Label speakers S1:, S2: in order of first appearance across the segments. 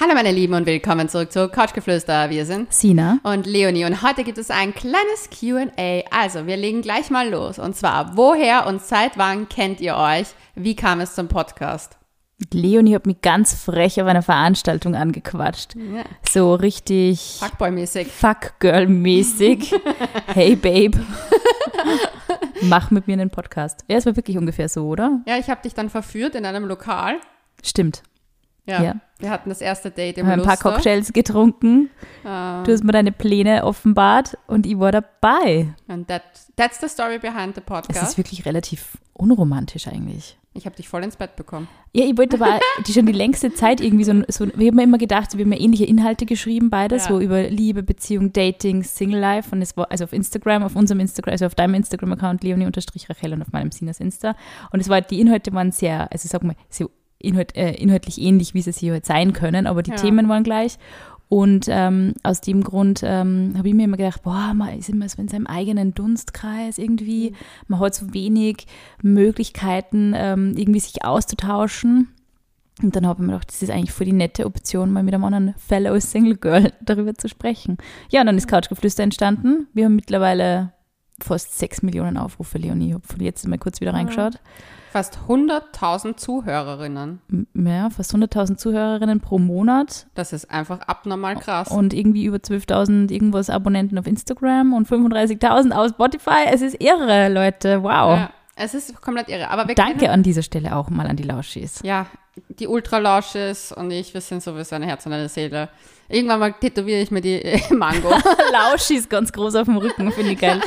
S1: Hallo meine Lieben und willkommen zurück zu Couchgeflüster. Wir sind
S2: Sina.
S1: und Leonie und heute gibt es ein kleines Q&A. Also, wir legen gleich mal los und zwar woher und seit wann kennt ihr euch? Wie kam es zum Podcast?
S2: Leonie hat mich ganz frech auf einer Veranstaltung angequatscht.
S1: Ja.
S2: So richtig
S1: Fuckboy-mäßig.
S2: Fuckgirl-mäßig. hey Babe, mach mit mir einen Podcast. Ja, es war wirklich ungefähr so, oder?
S1: Ja, ich habe dich dann verführt in einem Lokal.
S2: Stimmt.
S1: Ja.
S2: Ja.
S1: Wir hatten das erste Date
S2: Wir
S1: im
S2: haben ein paar
S1: Luster.
S2: Cocktails getrunken. Du hast mir deine Pläne offenbart und ich war dabei.
S1: And that, that's the story behind the
S2: Es ist
S1: podcast.
S2: wirklich relativ unromantisch eigentlich.
S1: Ich habe dich voll ins Bett bekommen.
S2: Ja, ich wollte aber die schon die längste Zeit irgendwie so, ein- so ein- wir haben ja immer gedacht, wir haben ja ähnliche Inhalte geschrieben, beides,
S1: Ja.
S2: so über Liebe, Beziehung, Dating, Single Life und es war, also auf Instagram, auf unserem Instagram, also auf deinem Instagram-Account, Leonie-Rachel und auf meinem Sinas Insta. Und es war, die Inhalte waren sehr, also sag mal, sehr inhalt, äh, inhaltlich ähnlich, wie sie hier heute sein können, aber die
S1: Ja.
S2: Themen waren gleich. Und ähm, aus dem Grund ähm, habe ich mir immer gedacht, boah, man ist immer so in seinem eigenen Dunstkreis
S1: Mhm.
S2: irgendwie. Man hat so wenig Möglichkeiten, ähm, irgendwie sich auszutauschen. Und dann habe ich mir gedacht, das ist eigentlich voll die nette Option, mal mit einem anderen Fellow Single Girl darüber zu sprechen. Ja, und dann ist Couchgeflüster entstanden. Wir haben mittlerweile fast 6 Millionen Aufrufe, Leonie. Ich habe von jetzt mal kurz
S1: Ah.
S2: wieder reingeschaut.
S1: Fast 100.000 Zuhörerinnen.
S2: M- Ja, fast 100.000 Zuhörerinnen pro Monat
S1: Das ist einfach abnormal krass.
S2: Oh, und irgendwie über 12.000 irgendwas Abonnenten auf Instagram und 35.000 auf Spotify. Es ist irre, Leute. Wow.
S1: Ja, es ist komplett irre. Aber wir
S2: oh. Danke
S1: Kennen,
S2: an dieser Stelle auch mal an die Lauschis.
S1: ja, die Ultralausches und ich, wir sind sowieso ein Herz und eine Seele. Irgendwann mal tätowiere ich mir die äh, Mango.
S2: Lauschis ganz groß auf dem Rücken, finde ich geil.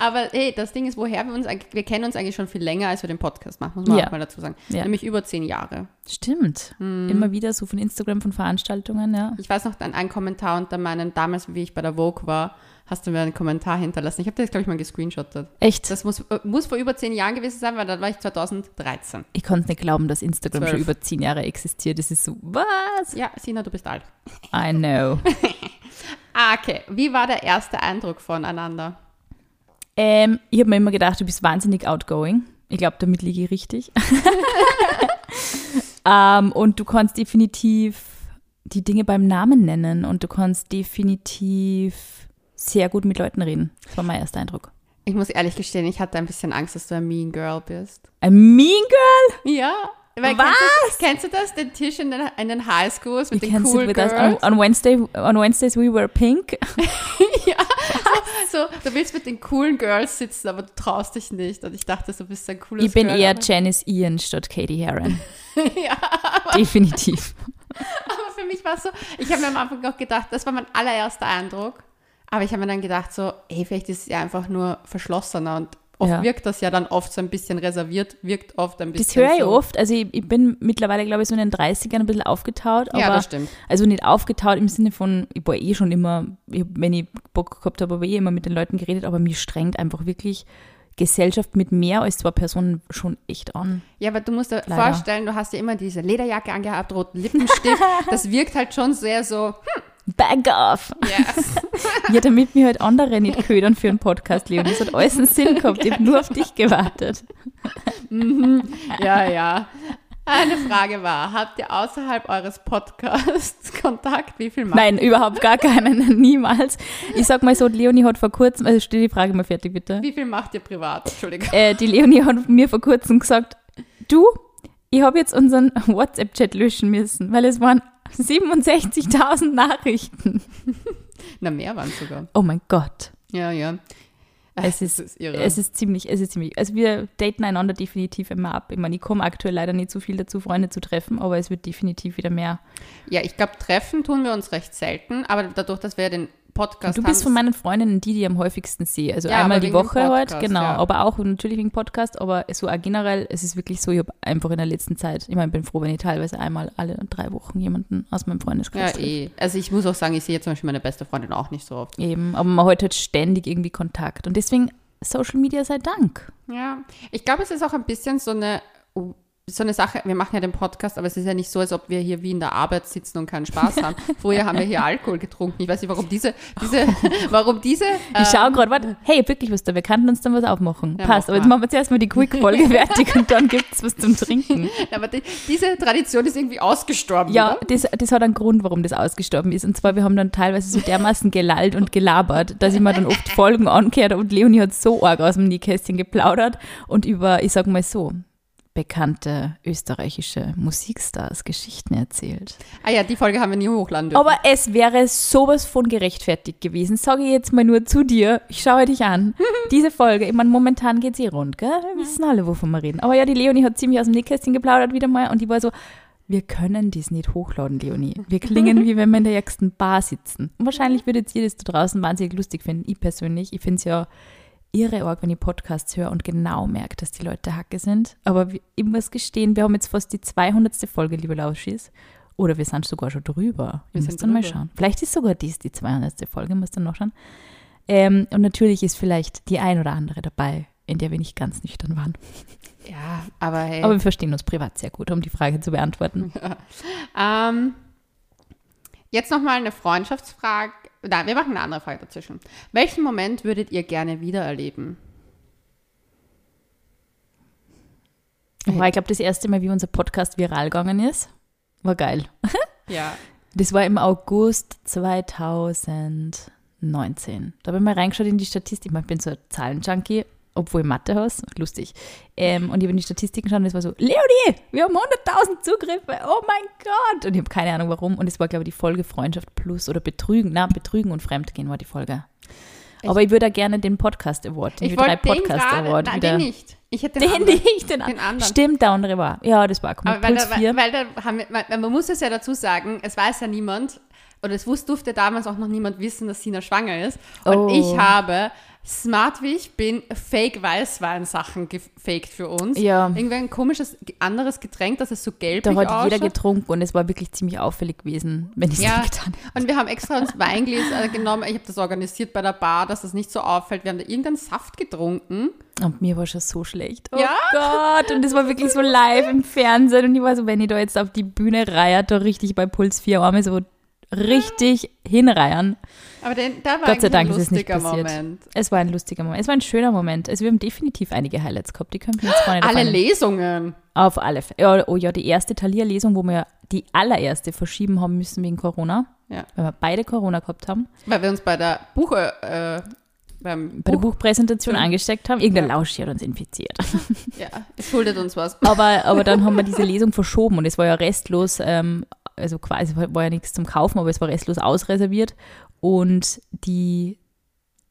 S1: Aber hey, das Ding ist, woher wir uns eigentlich, wir kennen uns eigentlich schon viel länger, als wir den Podcast machen, muss man
S2: Ja.
S1: auch mal dazu sagen.
S2: Ja.
S1: Nämlich über zehn Jahre.
S2: Stimmt.
S1: Mhm.
S2: Immer wieder so von Instagram, von Veranstaltungen, ja.
S1: Ich weiß noch, dann einen Kommentar unter meinen, damals, wie ich bei der Vogue war, hast du mir einen Kommentar hinterlassen. Ich habe das, glaube ich, mal gescreenshottet.
S2: Echt?
S1: Das muss, äh, muss vor über zehn Jahren gewesen sein, weil da war ich 2013.
S2: ich konnte nicht glauben, dass Instagram
S1: Zwölf.
S2: schon über zehn Jahre existiert. Das ist so, was?
S1: Ja, Sina, du bist alt.
S2: I know.
S1: Ah, okay. Wie war der erste Eindruck voneinander?
S2: ähm, ich habe mir immer gedacht, du bist wahnsinnig outgoing. Ich glaube, damit liege ich richtig. ähm, und du kannst definitiv die Dinge beim Namen nennen und du kannst definitiv sehr gut mit Leuten reden. Das war mein erster Eindruck.
S1: Ich muss ehrlich gestehen, ich hatte ein bisschen Angst, dass du ein Mean Girl bist.
S2: A mean girl!
S1: Ja. Weil
S2: Was?
S1: Kennst du, kennst du das? Den Tisch in den, in den High Schools mit
S2: You
S1: den
S2: can
S1: cool
S2: sit with us on,
S1: Girls?
S2: on Wednesday. On Wednesdays we were pink.
S1: So, du willst mit den coolen Girls sitzen, aber du traust dich nicht. Und ich dachte, du bist ein cooles
S2: Ich bin
S1: Girl,
S2: eher
S1: aber-
S2: Janice Ian statt Katie Heron.
S1: ja,
S2: Definitiv.
S1: aber für mich war es so, ich habe mir am Anfang auch gedacht, das war mein allererster Eindruck. Aber ich habe mir dann gedacht, so, ey, vielleicht ist sie einfach nur verschlossener und oft
S2: Ja.
S1: wirkt das ja dann oft so ein bisschen reserviert, wirkt oft ein bisschen.
S2: Das höre ich
S1: so.
S2: oft. Also ich, ich bin mittlerweile, glaube ich, so in den 30ern ein bisschen aufgetaut. Aber
S1: Ja, das stimmt.
S2: Also nicht aufgetaut im Sinne von, ich war eh schon immer, ich, wenn ich Bock gehabt habe, habe ich eh immer mit den Leuten geredet, aber mir strengt einfach wirklich Gesellschaft mit mehr als zwei Personen schon echt an.
S1: Ja, aber du musst dir
S2: Leider.
S1: vorstellen, du hast ja immer diese Lederjacke angehabt, roten Lippenstift. das wirkt halt schon sehr so.
S2: Back off!
S1: Yes.
S2: Ja, damit mir halt andere nicht ködern für einen Podcast, Leon. Das hat alles einen Sinn gehabt. Ich habe nur auf dich gewartet.
S1: Mhm. ja, ja. Eine Frage war, habt ihr außerhalb eures Podcasts Kontakt? Wie viel macht
S2: Nein, überhaupt gar keinen, niemals. Ich sag mal so, Leonie hat vor kurzem, also stell die Frage mal fertig, bitte.
S1: Wie viel macht ihr privat? Entschuldigung.
S2: äh, die Leonie hat mir vor kurzem gesagt, du, ich habe jetzt unseren WhatsApp-Chat löschen müssen, weil es waren 67.000 Nachrichten.
S1: Na, mehr waren sogar.
S2: Oh mein Gott.
S1: Ja, ja.
S2: Es
S1: Das
S2: ist,
S1: ist irre.
S2: es ist ziemlich, es ist ziemlich. Also wir daten einander definitiv immer ab. Ich meine, ich komme aktuell leider nicht so viel dazu, Freunde zu treffen, aber es wird definitiv wieder mehr.
S1: ja, ich glaube, treffen tun wir uns recht selten, aber dadurch, dass wir ja den Podcast
S2: Du bist
S1: haben,
S2: von meinen Freundinnen die, die ich am häufigsten sehe. Also
S1: Ja,
S2: einmal
S1: aber
S2: die
S1: wegen dem
S2: Woche heute,
S1: Podcast,
S2: genau.
S1: ja.
S2: Aber auch natürlich wegen Podcast, aber so auch generell, es ist wirklich so, ich habe einfach in der letzten Zeit, ich meine, ich bin froh, wenn ich teilweise einmal alle drei Wochen jemanden aus meinem
S1: ja,
S2: Freundeskreis treffe.
S1: eh. Also ich muss auch sagen, ich sehe zum Beispiel meine beste Freundin auch nicht so oft.
S2: Eben, aber man heute hat halt ständig irgendwie Kontakt. Und deswegen Social Media sei Dank.
S1: Ja, ich glaube, es ist auch ein bisschen so eine oh, so eine Sache, wir machen ja den Podcast, aber es ist ja nicht so, als ob wir hier wie in der Arbeit sitzen und keinen Spaß haben. Früher haben wir hier Alkohol getrunken. Ich weiß nicht, warum diese, diese,
S2: Oh.
S1: warum diese.
S2: Ich schaue gerade, warte, hey, wirklich was da, wir könnten uns dann was aufmachen.
S1: Ähm. Ja, mach
S2: Passt, aber jetzt
S1: mal.
S2: machen wir zuerst mal die Quick-Folge fertig und dann gibt's was zum Trinken.
S1: aber die, diese Tradition ist irgendwie ausgestorben.
S2: Ja,
S1: Oder?
S2: das, das hat einen Grund, warum das ausgestorben ist. Und zwar, wir haben dann teilweise so dermaßen gelallt und gelabert, dass ich mir dann oft Folgen angehört habe und Leonie hat so arg aus dem Nähkästchen geplaudert und über, ich sag mal so, bekannte österreichische Musikstars Geschichten erzählt.
S1: Ah ja, die Folge haben wir nie hochladen dürfen.
S2: Aber es wäre sowas von gerechtfertigt gewesen. Sage ich jetzt mal nur zu dir, ich schaue dich an. Diese Folge, ich meine, momentan geht's eh rund, gell? Wir wissen alle, wovon wir reden. Aber ja, die Leonie hat ziemlich aus dem Nähkästchen geplaudert wieder mal und die war so, wir können dies nicht hochladen, Leonie. Wir klingen, wie wenn wir in der ärgsten Bar sitzen. Und wahrscheinlich würdet ihr das da draußen wahnsinnig lustig finden. Ich persönlich, ich finde es ja irre arg, wenn ich Podcasts höre und genau merke, dass die Leute Hacke sind. Aber wie- ich muss gestehen, wir haben jetzt fast die 200. Folge, liebe Lauschis. Oder wir sind sogar schon drüber.
S1: Wir
S2: Wir
S1: sind
S2: müssen dann mal
S1: drüber.
S2: schauen. Vielleicht ist sogar dies die 200. Folge, müsst ihr noch schauen. Ähm, und natürlich ist vielleicht die ein oder andere dabei, in der wir nicht ganz nüchtern waren.
S1: ja, aber hey.
S2: Aber wir verstehen uns privat sehr gut, um die Frage zu beantworten.
S1: Ähm, jetzt nochmal eine Freundschaftsfrage. Nein, wir machen eine andere Frage dazwischen. Welchen Moment würdet ihr gerne wiedererleben?
S2: Aber ich glaube, das erste Mal, wie unser Podcast viral gegangen ist, war geil.
S1: Ja.
S2: Das war im August 2019. Da habe ich mal reingeschaut in die Statistik. Ich, mein, ich bin so ein Zahlenjunkie, obwohl ich Mathe hasse. Lustig. Ähm, und ich habe in die Statistiken geschaut und es war so, Leonie, wir haben 100.000 Zugriffe. Oh mein Gott. Und ich habe keine Ahnung, warum. Und es war, glaube ich, die Folge Freundschaft plus oder Betrügen. Na, Betrügen und Fremdgehen war die Folge. Aber ich würde da gerne den Podcast Award, den
S1: Ich
S2: drei
S1: wollte den
S2: Podcast
S1: gerade,
S2: Award
S1: nein,
S2: wieder.
S1: den nicht. Ich hätte den,
S2: Den
S1: anderen.
S2: nicht, den,
S1: Den
S2: anderen.
S1: anderen.
S2: Stimmt, der andere war. Ja, das war
S1: Aber
S2: komm,
S1: weil,
S2: Puls
S1: da,
S2: 4.
S1: weil, weil da haben wir, weil, man muss es ja dazu sagen, es weiß ja niemand, oder es wusste, durfte damals auch noch niemand wissen, dass Sina schwanger ist. Und
S2: Oh.
S1: ich habe, smart wie ich bin, Fake-Weißwein-Sachen gefaked für uns.
S2: Ja.
S1: Irgendwie ein komisches, anderes Getränk, das ist so gelb
S2: Da hat jeder
S1: ausschaut.
S2: getrunken und es war wirklich ziemlich auffällig gewesen, wenn ich es
S1: Ja,
S2: getan hätte.
S1: und wir haben extra uns Weingläser äh, genommen. Ich habe das organisiert bei der Bar, dass das nicht so auffällt. Wir haben da irgendeinen Saft getrunken.
S2: Und mir war schon so schlecht. Oh
S1: Ja?
S2: Gott, und das war wirklich so live im Fernsehen. Und ich war so, wenn ich da jetzt auf die Bühne reiert, da richtig bei Puls 4 Arme so richtig hinreiern.
S1: Aber den, da war
S2: Gott sei
S1: eigentlich
S2: Dank
S1: ein
S2: ist es nicht
S1: lustiger
S2: passiert.
S1: Moment.
S2: Es war ein lustiger Moment. Es war ein schöner Moment. Also wir haben definitiv einige Highlights gehabt. Die könnten wir jetzt vorne
S1: Alle Lesungen.
S2: Auf alle Fälle. Ja, oh ja, die erste Thalia-Lesung, wo wir die allererste verschieben haben müssen wegen Corona.
S1: Ja.
S2: Weil wir beide Corona gehabt haben.
S1: Weil wir uns bei der Buche, äh, beim
S2: Bei der
S1: Buch, Mhm.
S2: Buchpräsentation angesteckt haben. Irgendein Lauschi hat uns infiziert.
S1: ja, es schuldet uns was.
S2: Aber, aber dann haben wir diese Lesung verschoben und es war ja restlos, ähm, also quasi war war ja nichts zum Kaufen, aber es war restlos ausreserviert. Und die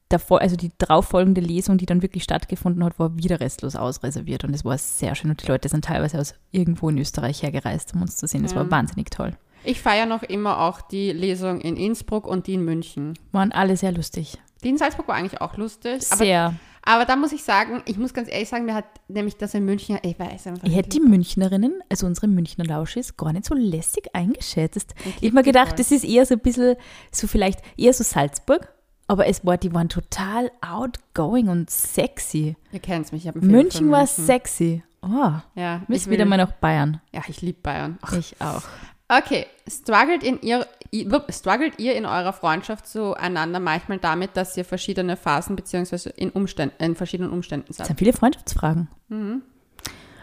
S2: davor, also die darauffolgende Lesung, die dann wirklich stattgefunden hat, war wieder restlos ausreserviert und es war sehr schön. Und die Leute sind teilweise aus irgendwo in Österreich hergereist, um uns zu sehen. Das war wahnsinnig toll.
S1: Ich feiere noch immer auch die Lesung in Innsbruck und die in München.
S2: Waren alle sehr lustig.
S1: Die in Salzburg war eigentlich auch lustig. Aber,
S2: Sehr.
S1: aber da muss ich sagen, ich muss ganz ehrlich sagen, mir hat nämlich das in München, ich weiß einfach
S2: Ich
S1: nicht.
S2: hätte die Münchnerinnen, also unsere Münchner Lauschis, gar nicht so lässig eingeschätzt. Ich habe mir
S1: die
S2: gedacht,
S1: voll.
S2: das ist eher so ein bisschen, so vielleicht eher so Salzburg, aber es war, die waren total outgoing und sexy.
S1: Ihr kennt mich, ich habe einen Faible für
S2: München war sexy. Oh,
S1: Ja, ich
S2: müssen wieder
S1: will-
S2: mal nach Bayern.
S1: Ja, ich liebe Bayern.
S2: Ich auch.
S1: Okay, struggelt, in ihr, i- wupp, struggelt ihr in eurer Freundschaft zueinander manchmal damit, dass ihr verschiedene Phasen beziehungsweise in, Umständen, in verschiedenen Umständen
S2: Das
S1: seid?
S2: sind viele Freundschaftsfragen.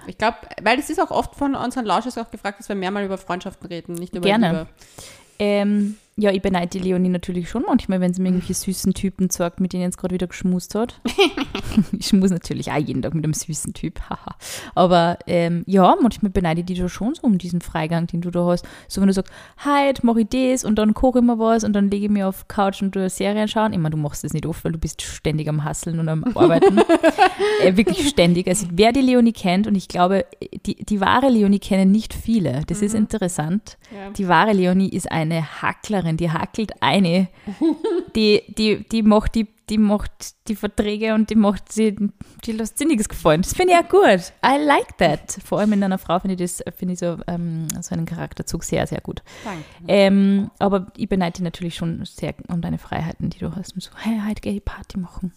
S1: Ich glaube, weil es ist auch oft von unseren Lausches auch gefragt, dass wir mehr mal über Freundschaften reden, nicht über
S2: Gerne.
S1: Liebe.
S2: Ähm, ja, ich beneide die Leonie natürlich schon manchmal, wenn sie mir irgendwelche süßen Typen zeigt, mit denen sie gerade wieder geschmust hat. ich schmus natürlich auch jeden Tag mit einem süßen Typ, haha. Aber ähm, ja, manchmal beneide ich die da schon so um diesen Freigang, den du da hast. So, wenn du sagst, heute mache ich das und dann koche ich mir was und dann lege ich mich auf die Couch und du Serien schauen. Ich meine, du machst das nicht oft, weil du bist ständig am Hasseln und am Arbeiten. äh, wirklich ständig. Also wer die Leonie kennt und ich glaube, die, die wahre Leonie kennen nicht viele. Das ist interessant.
S1: Ja.
S2: Die wahre Leonie ist eine Hacklerin, die hackelt eine. Die, die, die macht die, die macht die Verträge und die macht sie, die lässt sie nichts gefallen. Das finde ich ja gut. I like that. Vor allem in einer Frau finde ich das, finde ich so, ähm, so einen Charakterzug sehr, sehr gut.
S1: Danke.
S2: Ähm, aber ich beneide dich natürlich schon sehr um deine Freiheiten, die du hast. Und so, hey, heute gehe ich Party machen.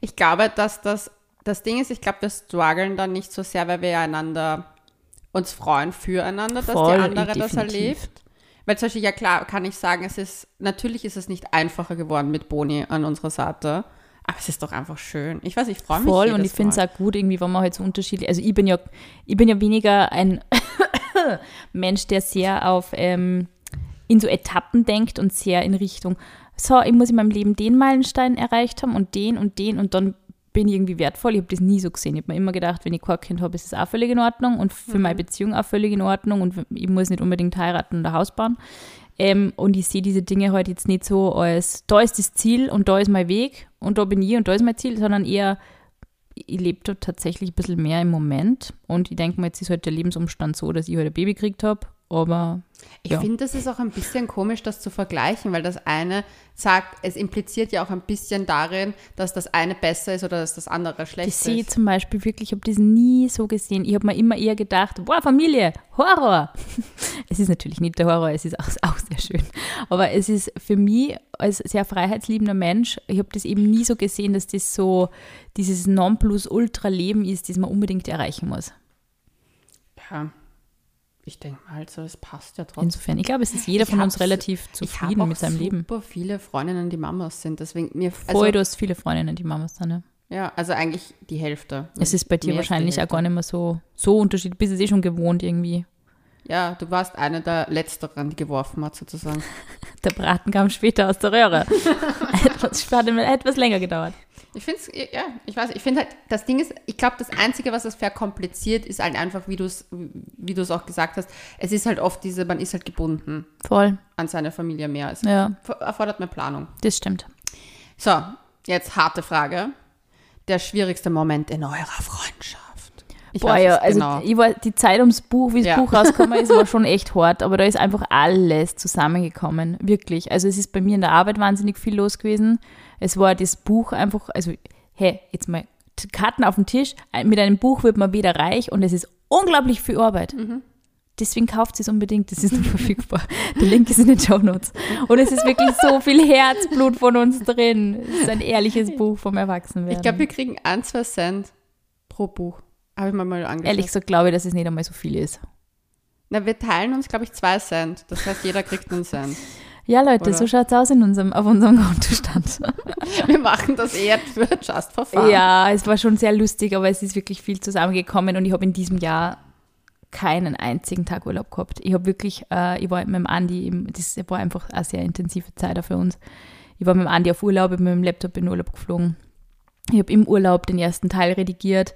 S1: Ich glaube, dass das, das Ding ist, ich glaube, wir strugglen dann nicht so sehr, weil wir einander uns freuen füreinander, dass
S2: Voll,
S1: der andere das
S2: definitiv.
S1: erlebt. Weil zum Beispiel, ja klar, kann ich sagen, es ist, natürlich ist es nicht einfacher geworden mit Boni an unserer Seite, aber es ist doch einfach schön. Ich weiß, ich freue mich
S2: Voll, und
S1: jedes
S2: ich finde es
S1: Mal.
S2: auch gut, irgendwie, wenn man halt so unterschiedlich, also ich bin ja, ich bin ja weniger ein Mensch, der sehr auf, ähm, in so Etappen denkt und sehr in Richtung, so, ich muss in meinem Leben den Meilenstein erreicht haben und den und den und dann bin ich irgendwie wertvoll. Ich habe das nie so gesehen. Ich habe mir immer gedacht, wenn ich kein Kind habe, ist es auch völlig in Ordnung und für meine Beziehung auch völlig in Ordnung und ich muss nicht unbedingt heiraten und ein Haus bauen. Ähm, und ich sehe diese Dinge heute jetzt nicht so als, da ist das Ziel und da ist mein Weg und da bin ich und da ist mein Ziel, sondern eher, ich lebe da tatsächlich ein bisschen mehr im Moment und ich denke mir, jetzt ist halt der Lebensumstand so, dass ich heute ein Baby gekriegt habe, aber
S1: Ich
S2: ja.
S1: finde, das ist auch ein bisschen komisch, das zu vergleichen, weil das eine sagt, es impliziert ja auch ein bisschen darin, dass das eine besser ist oder dass das andere schlecht
S2: Ich sehe
S1: ist.
S2: zum Beispiel wirklich, ich habe das nie so gesehen. Ich habe mir immer eher gedacht, boah, Familie, Horror. es ist natürlich nicht der Horror, es ist auch, auch sehr schön. Aber es ist für mich als sehr freiheitsliebender Mensch, ich habe das eben nie so gesehen, dass das so dieses Nonplusultra-Leben ist, das man unbedingt erreichen muss.
S1: Ja. Ich denke mal, also, das passt ja trotzdem.
S2: Insofern, ich glaube, es ist jeder
S1: Ich
S2: von
S1: hab
S2: uns
S1: so-
S2: relativ
S1: ich hab auch
S2: zufrieden mit seinem Leben.
S1: super viele Freundinnen, die Mamas sind. Deswegen mir
S2: Also, Voll,
S1: also,
S2: du hast viele Freundinnen, die Mamas dann, ja.
S1: ja, also eigentlich die Hälfte.
S2: Es ist bei dir
S1: Mehr als die
S2: wahrscheinlich auch
S1: Hälfte.
S2: gar nicht mehr so, so unterschiedlich. Du bist es eh schon gewohnt irgendwie.
S1: Ja, du warst eine der letzteren, die geworfen hat sozusagen.
S2: Der Braten kam später aus der Röhre. etwas, hat immer etwas länger gedauert.
S1: Ich finde es, ja, ich weiß, ich finde halt, das Ding ist, ich glaube, das Einzige, was das verkompliziert, ist halt einfach, wie du es wie du's auch gesagt hast, es ist halt oft diese, man ist halt gebunden
S2: Voll,
S1: an seine Familie mehr. Es
S2: ja,
S1: ver- erfordert mehr Planung.
S2: das stimmt.
S1: So, jetzt harte Frage. Der schwierigste Moment in eurer Freundschaft. Ich
S2: Boah,
S1: weiß
S2: ja,
S1: es
S2: also
S1: genau.
S2: ich war, die Zeit ums Buch, wie das
S1: Ja.
S2: Buch rausgekommen ist, war schon echt hart, aber da ist einfach alles zusammengekommen, wirklich. Also es ist bei mir in der Arbeit wahnsinnig viel los gewesen. Es war das Buch einfach, also, hä, jetzt mal t- Karten auf dem Tisch, Ein- mit einem Buch wird man weder reich und es ist unglaublich viel Arbeit.
S1: Mhm.
S2: Deswegen kauft es unbedingt, es ist noch verfügbar. Der Link ist in den Show Notes. Und es ist wirklich so viel Herzblut von uns drin. Es ist ein ehrliches Buch vom Erwachsenwerden.
S1: Ich glaube, wir kriegen ein, zwei Cent pro Buch. Habe ich mir mal angeschaut.
S2: Ehrlich gesagt glaube ich, dass es nicht einmal so viel ist.
S1: Na, wir teilen uns, glaube ich, zwei Cent. Das heißt, jeder kriegt einen Cent.
S2: Ja, Leute,
S1: Oder?
S2: so schaut's aus in unserem, auf unserem Kontostand.
S1: Wir machen das eher für Just for Fun.
S2: ja, es war schon sehr lustig, aber es ist wirklich viel zusammengekommen und ich habe in diesem Jahr keinen einzigen Tag Urlaub gehabt. Ich habe wirklich, äh, ich war mit dem Andi, im, das war einfach eine sehr intensive Zeit auch für uns. Ich war mit dem Andi auf Urlaub, ich bin mit dem Laptop in Urlaub geflogen. Ich habe im Urlaub den ersten Teil redigiert.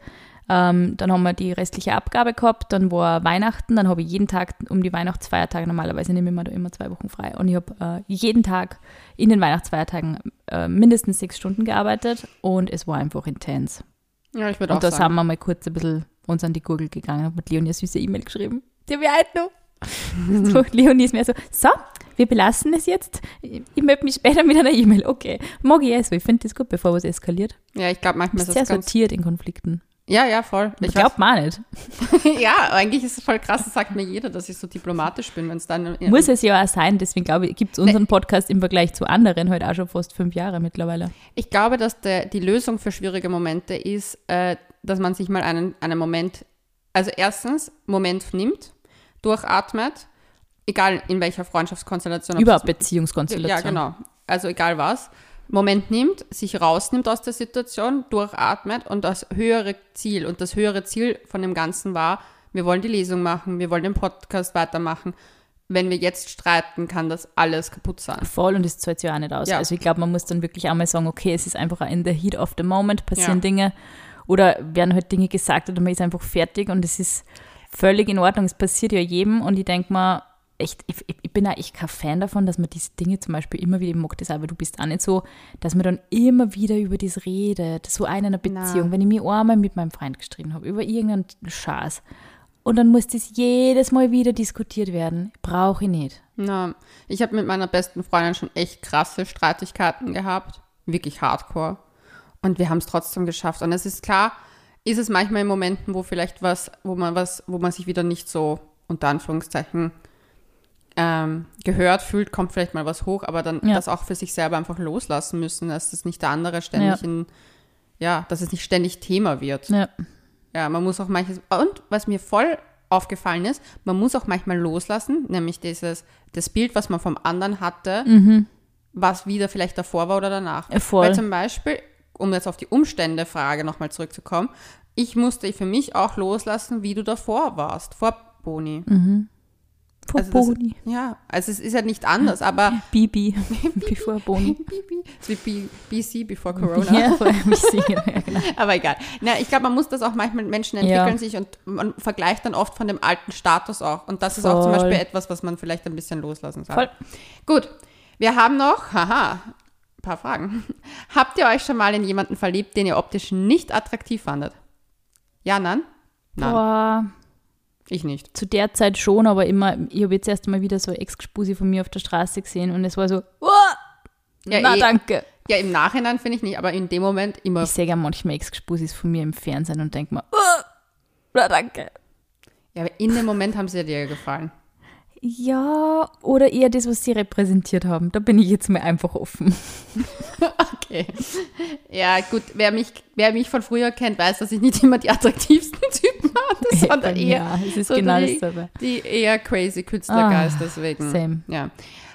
S2: Ähm, dann haben wir die restliche Abgabe gehabt, dann war Weihnachten, dann habe ich jeden Tag um die Weihnachtsfeiertage, normalerweise nehme ich mir da immer zwei Wochen frei und ich habe äh, jeden Tag in den Weihnachtsfeiertagen äh, mindestens sechs Stunden gearbeitet und es war einfach intens.
S1: ja ich würde auch
S2: Und das
S1: sagen.
S2: haben wir mal kurz ein bisschen uns an die Gurgel gegangen und mit Leonie eine süße E-Mail geschrieben. Die habe ich halt noch. So, Leonie ist mir so, so, wir belassen es jetzt. Ich ich melde mich später mit einer E-Mail. Okay, mag ich eh so. Ich finde das gut, bevor was eskaliert.
S1: Ja, ich glaube,
S2: Du
S1: manchmal
S2: bist
S1: ist
S2: sehr
S1: das ganz.
S2: sortiert in Konflikten.
S1: Ja, ja, voll.
S2: Ich
S1: Ich
S2: glaube mal nicht.
S1: weiß, ja, eigentlich ist es voll krass, das sagt mir jeder, dass ich so diplomatisch bin, wenn es dann.
S2: Muss es ja auch sein. Deswegen glaube ich, gibt es unseren Podcast im Vergleich zu anderen heute auch schon fast fünf Jahre mittlerweile.
S1: Ich glaube, dass der, die Lösung für schwierige Momente ist, äh, dass man sich mal einen, einen Moment, also erstens, Moment nimmt, durchatmet, egal in welcher Freundschaftskonstellation. ob
S2: Überhaupt
S1: das-
S2: Beziehungskonstellation.
S1: Ja, genau. Also egal was. Moment nimmt, sich rausnimmt aus der Situation, durchatmet und das höhere Ziel. Und das höhere Ziel von dem Ganzen war, wir wollen die Lesung machen, wir wollen den Podcast weitermachen. Wenn wir jetzt streiten, kann das alles kaputt sein.
S2: Voll und es zahlt sich auch nicht aus.
S1: Ja.
S2: Also ich glaube, man muss dann wirklich einmal sagen, okay, es ist einfach in the heat of the moment, passieren
S1: Ja.
S2: Dinge oder werden halt Dinge gesagt oder man ist einfach fertig und es ist völlig in Ordnung. Es passiert ja jedem und ich denke mal, echt, ich, ich- ich bin ja echt kein Fan davon, dass man diese Dinge zum Beispiel immer wieder, ich mag das auch, aber du bist auch nicht so, dass man dann immer wieder über das redet, so auch in einer Beziehung. Wenn ich mir einmal mit meinem Freund gestritten habe, über irgendeinen Schaß und dann muss das jedes Mal wieder diskutiert werden, brauche ich nicht.
S1: Na, ich habe mit meiner besten Freundin schon echt krasse Streitigkeiten gehabt. Wirklich hardcore. Und wir haben es trotzdem geschafft. Und es ist klar, ist es manchmal in Momenten, wo vielleicht was, wo man was, wo man sich wieder nicht so unter Anführungszeichen ähm, gehört fühlt, kommt vielleicht mal was hoch, aber dann
S2: Ja.
S1: das auch für sich selber einfach loslassen müssen, dass das nicht der andere ständig
S2: Ja.
S1: in, ja, dass es nicht ständig Thema wird.
S2: Ja.
S1: Ja, man muss auch manches. Und was mir voll aufgefallen ist. Man muss auch manchmal loslassen, nämlich dieses, das Bild, was man vom anderen hatte, was wieder vielleicht davor war oder danach.
S2: Ja, voll.
S1: Mhm. Weil zum Beispiel, um jetzt auf die Umstände-Frage nochmal zurückzukommen, ich musste für mich auch loslassen, wie du davor warst, vor Boni.
S2: Mhm. Vor
S1: Also das-
S2: Boni.
S1: Ja, also es ist ja nicht anders, aber
S2: Bibi. Bevor Boni.
S1: es ist wie B- BC before Corona.
S2: Ja, so ich sehe. Ja, genau.
S1: Aber egal. Na, ich glaube, man muss das auch manchmal, Menschen entwickeln
S2: Ja.
S1: sich und man vergleicht dann oft von dem alten Status auch. Und das ist auch zum
S2: Voll.
S1: Beispiel etwas, was man vielleicht ein bisschen loslassen soll.
S2: Voll.
S1: Gut, wir haben noch, haha, ein paar Fragen. Habt ihr euch schon mal in jemanden verliebt, den ihr optisch nicht attraktiv fandet? Ja, nein? Nein,
S2: Boah.
S1: ich nicht.
S2: zu der Zeit schon, aber immer, ich habe jetzt erst mal wieder so Ex-Spusi von mir auf der Straße gesehen und es war so, oh,
S1: Ja,
S2: na
S1: eh.
S2: danke.
S1: Ja, im Nachhinein finde ich nicht, aber in dem Moment immer.
S2: Ich sehe ja manchmal Ex-Spusis von mir im Fernsehen und denke mir, oh, na danke.
S1: Ja, aber in dem Moment haben sie dir gefallen.
S2: Ja, oder eher das, was sie repräsentiert haben. Da bin ich jetzt mal einfach offen.
S1: Okay. Ja, gut, wer mich, wer mich von früher kennt, weiß, dass ich nicht immer die attraktivsten Typen hatte, sondern
S2: Bei mir,
S1: eher,
S2: es ist
S1: so
S2: genau
S1: die-
S2: dasselbe.
S1: die eher crazy Künstlergeist,
S2: Ah,
S1: deswegen.
S2: same.
S1: Ja.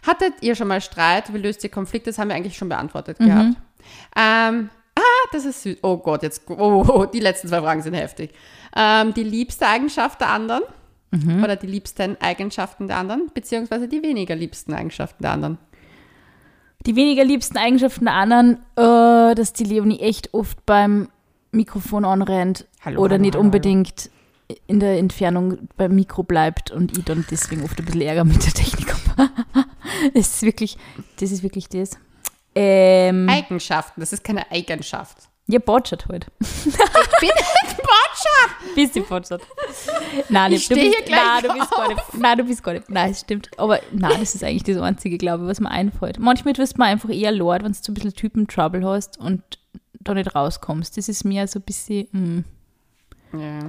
S1: Hattet ihr schon mal Streit? Wie löst ihr Konflikte? Das haben wir eigentlich schon beantwortet
S2: Mhm.
S1: gehabt. Ähm, ah, das ist süß. Oh Gott, jetzt, oh, oh, oh, die letzten zwei Fragen sind heftig. Ähm, die liebste Eigenschaft der anderen
S2: Mhm.
S1: oder die liebsten Eigenschaften der anderen, beziehungsweise die weniger liebsten Eigenschaften der anderen.
S2: Die weniger liebsten Eigenschaften der anderen, äh, dass die Leonie echt oft beim Mikrofon anrennt
S1: Hallo,
S2: oder
S1: hallo,
S2: nicht
S1: hallo,
S2: unbedingt in der Entfernung beim Mikro bleibt und ich dann deswegen oft ein bisschen Ärger mit der Technik habe. das ist wirklich, das ist wirklich das. Ähm,
S1: Eigenschaften, das ist keine Eigenschaft.
S2: ja, Botschat heute.
S1: Bin Botschaft!
S2: Bist du Botschat? Nein,
S1: Ich
S2: du
S1: steh
S2: bist,
S1: hier gleich
S2: nein, du bist gar nicht. Nein, du bist gar nicht. Nein, es stimmt. Aber nein, das ist eigentlich das einzige, glaube ich, was mir einfällt. Manchmal wirst man einfach eher Lord, wenn du so ein bisschen Typen-Trouble hast und da nicht rauskommst. Das ist mir so ein bisschen. mm.
S1: Ja.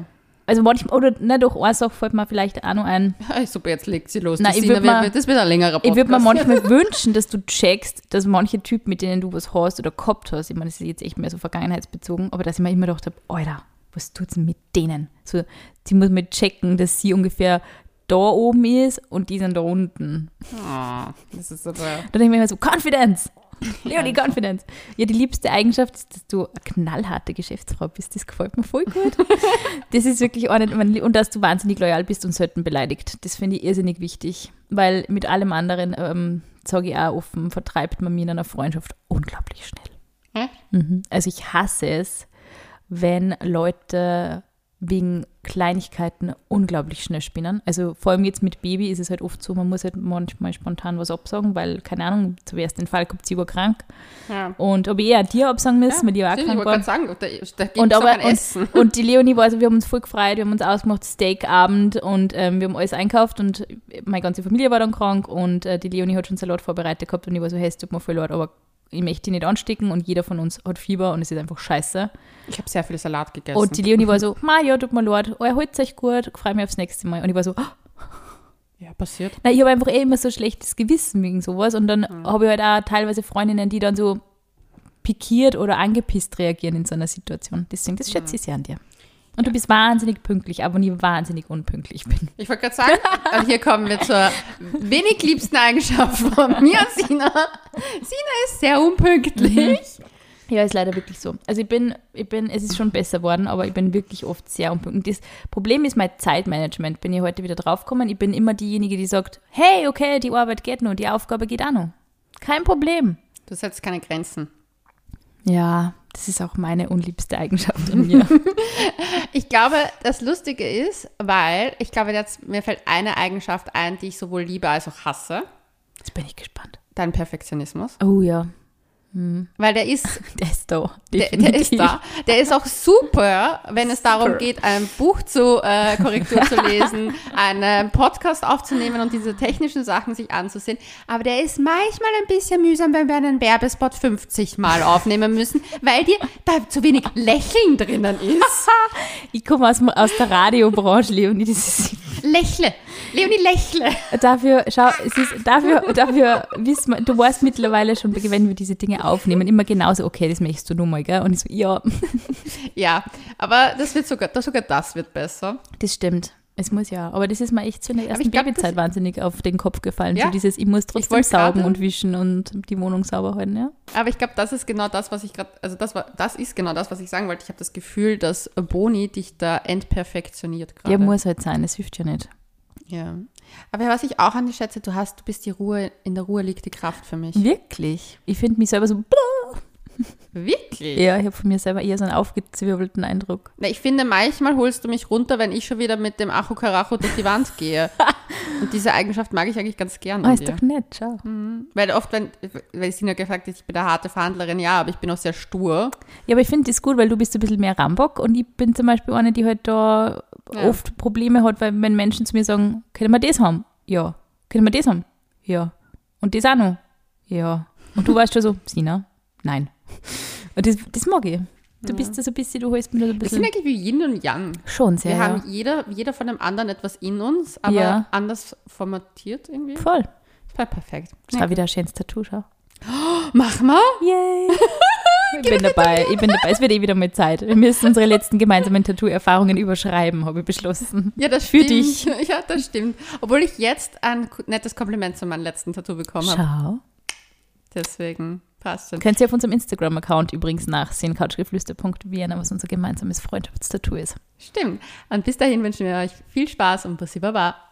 S2: Also manchmal, oder na doch, eine Sache fällt mir vielleicht auch noch ein.
S1: Ah, Super, jetzt legt sie los.
S2: Na,
S1: Die
S2: ich
S1: Sina
S2: würd
S1: wird-
S2: mal-
S1: wird- das wird ein längerer Podcast.
S2: Ich würde mir manchmal wünschen, dass du checkst, dass manche Typen, mit denen du was hast oder gehabt hast, ich meine, das ist jetzt echt mehr so vergangenheitsbezogen, aber dass ich mir immer gedacht habe, Alter, was tut's denn mit denen? So, die muss mal checken, dass sie ungefähr da oben ist und die sind da unten.
S1: Ah, das ist aber.
S2: Da denke ich mir immer so, Confidence! Leonie, Confidence! Ja, die liebste Eigenschaft ist, dass du eine knallharte Geschäftsfrau bist. Das gefällt mir voll gut. das ist wirklich ordentlich. Und dass du wahnsinnig loyal bist und selten beleidigt. Das finde ich irrsinnig wichtig. Weil mit allem anderen, ähm, sage ich auch offen, vertreibt man mir in einer Freundschaft unglaublich schnell.
S1: Hä?
S2: Mhm. Also ich hasse es, wenn Leute wegen Kleinigkeiten unglaublich schnell spinnen. Also vor allem jetzt mit Baby ist es halt oft so, man muss halt manchmal spontan was absagen, weil, keine Ahnung, zuerst den Fall kommt, sie war krank.
S1: Ja.
S2: Und ob ich eher dir absagen müssen, weil die war auch
S1: Sina, ich
S2: krank
S1: wollte gerade
S2: war.
S1: sagen, da, da gibt
S2: Und,
S1: auch
S2: aber,
S1: kein Essen.
S2: und, und die Leonie war, also wir haben uns voll gefreut, wir haben uns ausgemacht, Steakabend und ähm, wir haben alles einkauft und meine ganze Familie war dann krank und äh, die Leonie hat schon Salat vorbereitet gehabt und ich war so, hey, es tut mir voll leid, aber ich möchte die nicht anstecken und jeder von uns hat Fieber und es ist einfach scheiße.
S1: Ich habe sehr viel Salat gegessen.
S2: Und die Leonie war so, ma ja, tut mir leid, oh, erholt euch gut, freue mich aufs nächste Mal. Und ich war so, "Ah,
S1: ja, passiert.
S2: na, ich habe einfach eh immer so schlechtes Gewissen wegen sowas. Und dann habe ich halt auch teilweise Freundinnen, die dann so pikiert oder angepisst reagieren in so einer Situation. Deswegen, das schätze ich sehr an dir. Und du bist wahnsinnig pünktlich, aber nie wahnsinnig unpünktlich bin.
S1: Ich wollte gerade sagen, aber hier kommen wir zur wenig liebsten Eigenschaft von mir und Sina. Sina ist sehr
S2: Mhm.
S1: unpünktlich.
S2: Ja, ist leider wirklich so. Also ich bin, ich bin, es ist schon besser geworden, aber ich bin wirklich oft sehr unpünktlich. Das Problem ist mein Zeitmanagement, bin ich heute wieder draufgekommen. Ich bin immer diejenige, die sagt, hey, okay, die Arbeit geht noch, die Aufgabe geht auch noch. Kein Problem.
S1: Du setzt keine Grenzen.
S2: Ja, das ist auch meine unliebste Eigenschaft an mir.
S1: Ich glaube, das Lustige ist, weil ich glaube, jetzt, mir fällt eine Eigenschaft ein, die ich sowohl liebe als auch hasse.
S2: Jetzt bin ich gespannt.
S1: Dein Perfektionismus.
S2: Oh ja,
S1: Weil der ist
S2: der ist da.
S1: Der, der ist da. Der ist auch super, wenn es darum
S2: Super.
S1: geht, ein Buch zu äh, Korrektur zu lesen, einen Podcast aufzunehmen und diese technischen Sachen sich anzusehen. Aber der ist manchmal ein bisschen mühsam, wenn wir einen Werbespot 50 Mal aufnehmen müssen, weil dir da zu wenig Lächeln drinnen ist.
S2: Ich komme aus, dem- aus der Radiobranche, Leonie. Das ist,
S1: Lächle. Leonie, lächle.
S2: dafür, schau, es ist, dafür, dafür wissen wir, du weißt mittlerweile schon, wenn wir diese Dinge aufnehmen, immer genauso, okay, das möchtest du nur mal, gell? Und ich so, ja,
S1: Ja, aber das wird sogar, das, sogar das wird besser.
S2: das stimmt. Es muss ja, aber das ist mir echt so in der ersten
S1: ich glaub,
S2: Babyzeit
S1: das-
S2: wahnsinnig auf den Kopf gefallen.
S1: Ja.
S2: So dieses, ich muss trotzdem
S1: wollt grad-
S2: saugen und wischen und die Wohnung sauber halten, ja.
S1: Aber ich glaube, das ist genau das, was ich gerade, also das war, das ist genau das, was ich sagen wollte. Ich habe das Gefühl, dass Boni dich da entperfektioniert gerade.
S2: Ja, muss halt sein, es hilft ja nicht.
S1: Ja. Aber was ich auch an dir schätze, du hast, du bist die Ruhe, in der Ruhe liegt die Kraft für mich.
S2: Wirklich? Ich finde mich selber so,
S1: Wirklich?
S2: ja, ich habe von mir selber eher so einen aufgezwirbelten Eindruck.
S1: Na, ich finde, manchmal holst du mich runter, wenn ich schon wieder mit dem Acho Karacho durch die Wand gehe. Und diese Eigenschaft mag ich eigentlich ganz gern.
S2: Ah,
S1: an
S2: ist
S1: dir.
S2: doch nett, schau.
S1: Weil oft, wenn, weil Sina gefragt hat, ich bin eine harte Verhandlerin, ja, aber ich bin auch sehr stur.
S2: Ja, aber ich finde das gut, weil du bist ein bisschen mehr Rambock und ich bin zum Beispiel eine, die halt da
S1: Ja.
S2: oft Probleme hat, weil wenn Menschen zu mir sagen, können wir das haben? Ja. Können wir das haben? Ja. Und das auch noch? Ja. Und du warst schon so, Sina? Nein. Und das, das mag ich. Du bist da so ein bisschen, du holst mir da so ein
S1: Wir sind
S2: bisschen.
S1: eigentlich wie Yin und Yang.
S2: Schon sehr.
S1: Wir
S2: ja.
S1: haben jeder, jeder von dem anderen etwas in uns, aber
S2: Ja.
S1: anders formatiert irgendwie.
S2: Voll.
S1: Das war perfekt.
S2: Das war wieder ein schönes Tattoo, schau.
S1: Mach mal.
S2: Yay! Ich bin dabei, ich bin dabei. Es wird eh wieder mal Zeit. Wir müssen unsere letzten gemeinsamen Tattoo-Erfahrungen überschreiben, habe ich beschlossen.
S1: Ja, das
S2: Für
S1: stimmt.
S2: dich.
S1: Ja, das stimmt. Obwohl ich jetzt ein ku- nettes Kompliment zu meinem letzten Tattoo bekommen habe.
S2: Schau.
S1: Deswegen passt schon.
S2: Könnt ihr auf unserem Instagram-Account übrigens nachsehen, couchgeflüster.vienna, was unser gemeinsames Freundschaftstattoo ist.
S1: Stimmt. Und bis dahin wünschen wir euch viel Spaß und Bussi Baba.